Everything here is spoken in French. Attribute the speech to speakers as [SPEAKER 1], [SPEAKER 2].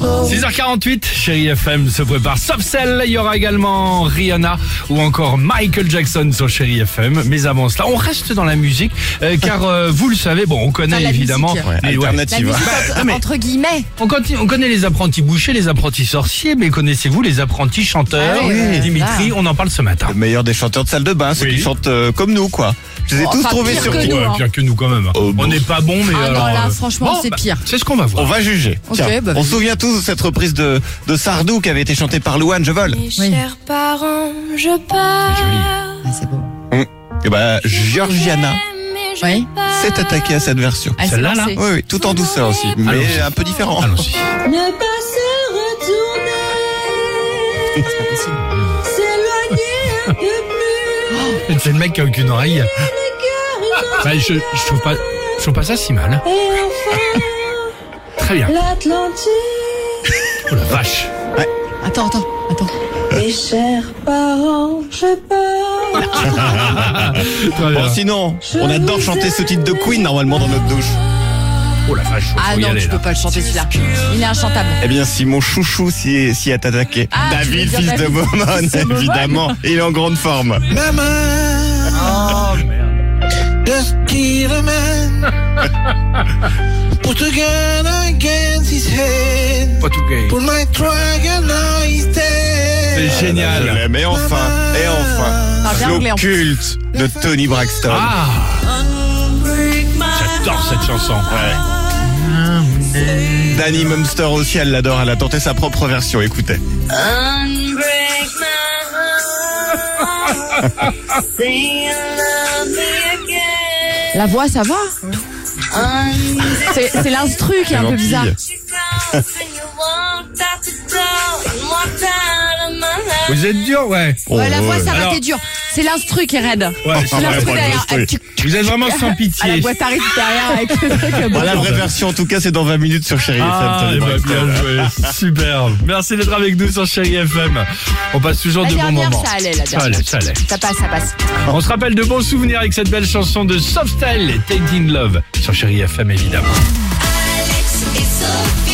[SPEAKER 1] 6h48, chérie FM se prépare. Sauf celle, il y aura également Rihanna ou encore Michael Jackson sur chérie FM. Mais avant cela, on reste dans la musique, euh, car euh, vous le savez, bon, on connaît
[SPEAKER 2] Enfin, la
[SPEAKER 1] évidemment
[SPEAKER 2] musique.
[SPEAKER 1] les- ouais.
[SPEAKER 2] La musique entre,
[SPEAKER 1] Bah, non, mais-
[SPEAKER 2] entre guillemets.
[SPEAKER 1] On, continue- on connaît les apprentis bouchers, les apprentis sorciers, mais connaissez-vous les apprentis chanteurs
[SPEAKER 2] Ah oui, euh,
[SPEAKER 1] Dimitri,
[SPEAKER 2] là.
[SPEAKER 1] on en parle ce matin.
[SPEAKER 3] Le meilleur des chanteurs de salle de bain, ceux
[SPEAKER 1] Oui.
[SPEAKER 3] qui chantent euh, comme nous, quoi. Je les ai
[SPEAKER 2] Oh,
[SPEAKER 3] tous
[SPEAKER 2] enfin,
[SPEAKER 3] trouvés
[SPEAKER 2] pire
[SPEAKER 3] sur
[SPEAKER 2] que nous.
[SPEAKER 1] Ouais,
[SPEAKER 2] hein.
[SPEAKER 1] pire euh, que nous quand même.
[SPEAKER 3] Oh, bon.
[SPEAKER 1] on n'est pas bon, mais
[SPEAKER 2] Ah non,
[SPEAKER 1] alors,
[SPEAKER 2] là,
[SPEAKER 1] euh,
[SPEAKER 2] franchement,
[SPEAKER 1] bon,
[SPEAKER 2] c'est
[SPEAKER 1] bah,
[SPEAKER 2] pire.
[SPEAKER 1] C'est ce qu'on va voir.
[SPEAKER 3] On va juger.
[SPEAKER 2] Ok,
[SPEAKER 3] Tiens,
[SPEAKER 2] bah,
[SPEAKER 3] on
[SPEAKER 2] vas-y.
[SPEAKER 3] se souvient tous de cette reprise de, de Sardou qui avait été chantée par Louane, je vole.
[SPEAKER 4] Mes chers parents, je pars.
[SPEAKER 2] Ah, c'est beau.
[SPEAKER 3] Et bah, Georgiana
[SPEAKER 4] Mais je
[SPEAKER 2] Oui.
[SPEAKER 4] pars.
[SPEAKER 3] s'est attaquée à cette version.
[SPEAKER 2] Ah, c'est
[SPEAKER 1] Celle-là,
[SPEAKER 2] lancé.
[SPEAKER 3] Oui, oui, tout en douceur aussi, mais
[SPEAKER 1] Allons-y.
[SPEAKER 3] un peu différent.
[SPEAKER 1] Allons-y.
[SPEAKER 5] Ne pas se retourner,
[SPEAKER 2] C'est pas possible.
[SPEAKER 5] s'éloigner un peu plus.
[SPEAKER 1] C'est le mec qui a aucune oreille. Bah, je, je trouve pas, je trouve pas ça si mal.
[SPEAKER 5] Et enfin,
[SPEAKER 1] Très bien.
[SPEAKER 5] l'Atlantique.
[SPEAKER 1] Oh la vache.
[SPEAKER 2] Attends, attends, attends.
[SPEAKER 5] Mes chers parents, je pars.
[SPEAKER 1] Très
[SPEAKER 3] Bon,
[SPEAKER 1] bien.
[SPEAKER 3] sinon, on adore chanter ce titre de Queen normalement dans notre douche.
[SPEAKER 1] Oh la vache. faut
[SPEAKER 2] Ah
[SPEAKER 1] y
[SPEAKER 2] non,
[SPEAKER 1] aller,
[SPEAKER 2] tu
[SPEAKER 1] là.
[SPEAKER 2] peux pas le chanter celui-là. Il est inchantable.
[SPEAKER 3] Eh bien, si mon chouchou s'y s'y est attaqué,
[SPEAKER 2] Ah,
[SPEAKER 3] David,
[SPEAKER 2] tu veux
[SPEAKER 3] fils
[SPEAKER 2] dire
[SPEAKER 3] de
[SPEAKER 2] David,
[SPEAKER 3] Momone,
[SPEAKER 2] fils de Momone.
[SPEAKER 3] évidemment, il est en grande forme. Maman,
[SPEAKER 1] Oh merde.
[SPEAKER 3] just give a man. Put a gun against his head.
[SPEAKER 1] Pas tout gay.
[SPEAKER 3] Put my truck and now he's dead.
[SPEAKER 2] Ah,
[SPEAKER 1] C'est génial.
[SPEAKER 3] Je l'aime. Et enfin, et
[SPEAKER 2] Parle bien
[SPEAKER 3] enfin,
[SPEAKER 2] anglais, en plus.
[SPEAKER 3] l'occulte de Tony Braxton.
[SPEAKER 1] Ah. J'adore cette chanson.
[SPEAKER 3] Danny Mumster aussi, elle l'adore, elle a tenté sa propre version, écoutez.
[SPEAKER 4] Unbreak my heart. Say you love me again.
[SPEAKER 2] La voix, ça va C'est c'est l'instru qui est un peu
[SPEAKER 3] Gentil.
[SPEAKER 2] bizarre.
[SPEAKER 4] You crossed and you walked out the door and walked out of my house.
[SPEAKER 1] Vous êtes dur, ouais.
[SPEAKER 2] Ouais, la
[SPEAKER 3] Oh,
[SPEAKER 2] voix, ça
[SPEAKER 1] Oh, Alors-
[SPEAKER 2] va, t'es dur. C'est l'instru qui est raide.
[SPEAKER 1] Ouais,
[SPEAKER 2] C'est l'instru
[SPEAKER 3] ouais,
[SPEAKER 2] derrière.
[SPEAKER 3] l'instru.
[SPEAKER 2] Ah, tu-
[SPEAKER 1] Vous êtes vraiment sans pitié.
[SPEAKER 2] À la boîte à rythme derrière avec le truc. euh, bon.
[SPEAKER 3] Bah, la vraie version, en tout cas, c'est dans 20 minutes sur Chérie
[SPEAKER 1] Ah,
[SPEAKER 3] FM, Tony
[SPEAKER 1] eh ben,
[SPEAKER 3] Braxton.
[SPEAKER 1] bien joué. Superbe. Merci d'être avec nous sur Chéri FM. On passe toujours
[SPEAKER 2] La
[SPEAKER 1] de bons
[SPEAKER 2] dernière,
[SPEAKER 1] moments.
[SPEAKER 2] ça allait, la
[SPEAKER 1] Ça
[SPEAKER 2] dernière.
[SPEAKER 1] allait, ça allait.
[SPEAKER 2] Ça passe, ça passe.
[SPEAKER 1] On se rappelle de bons souvenirs avec cette belle chanson de Softstyle, Taking Love, sur Chéri FM évidemment.
[SPEAKER 4] Alex et Sophie.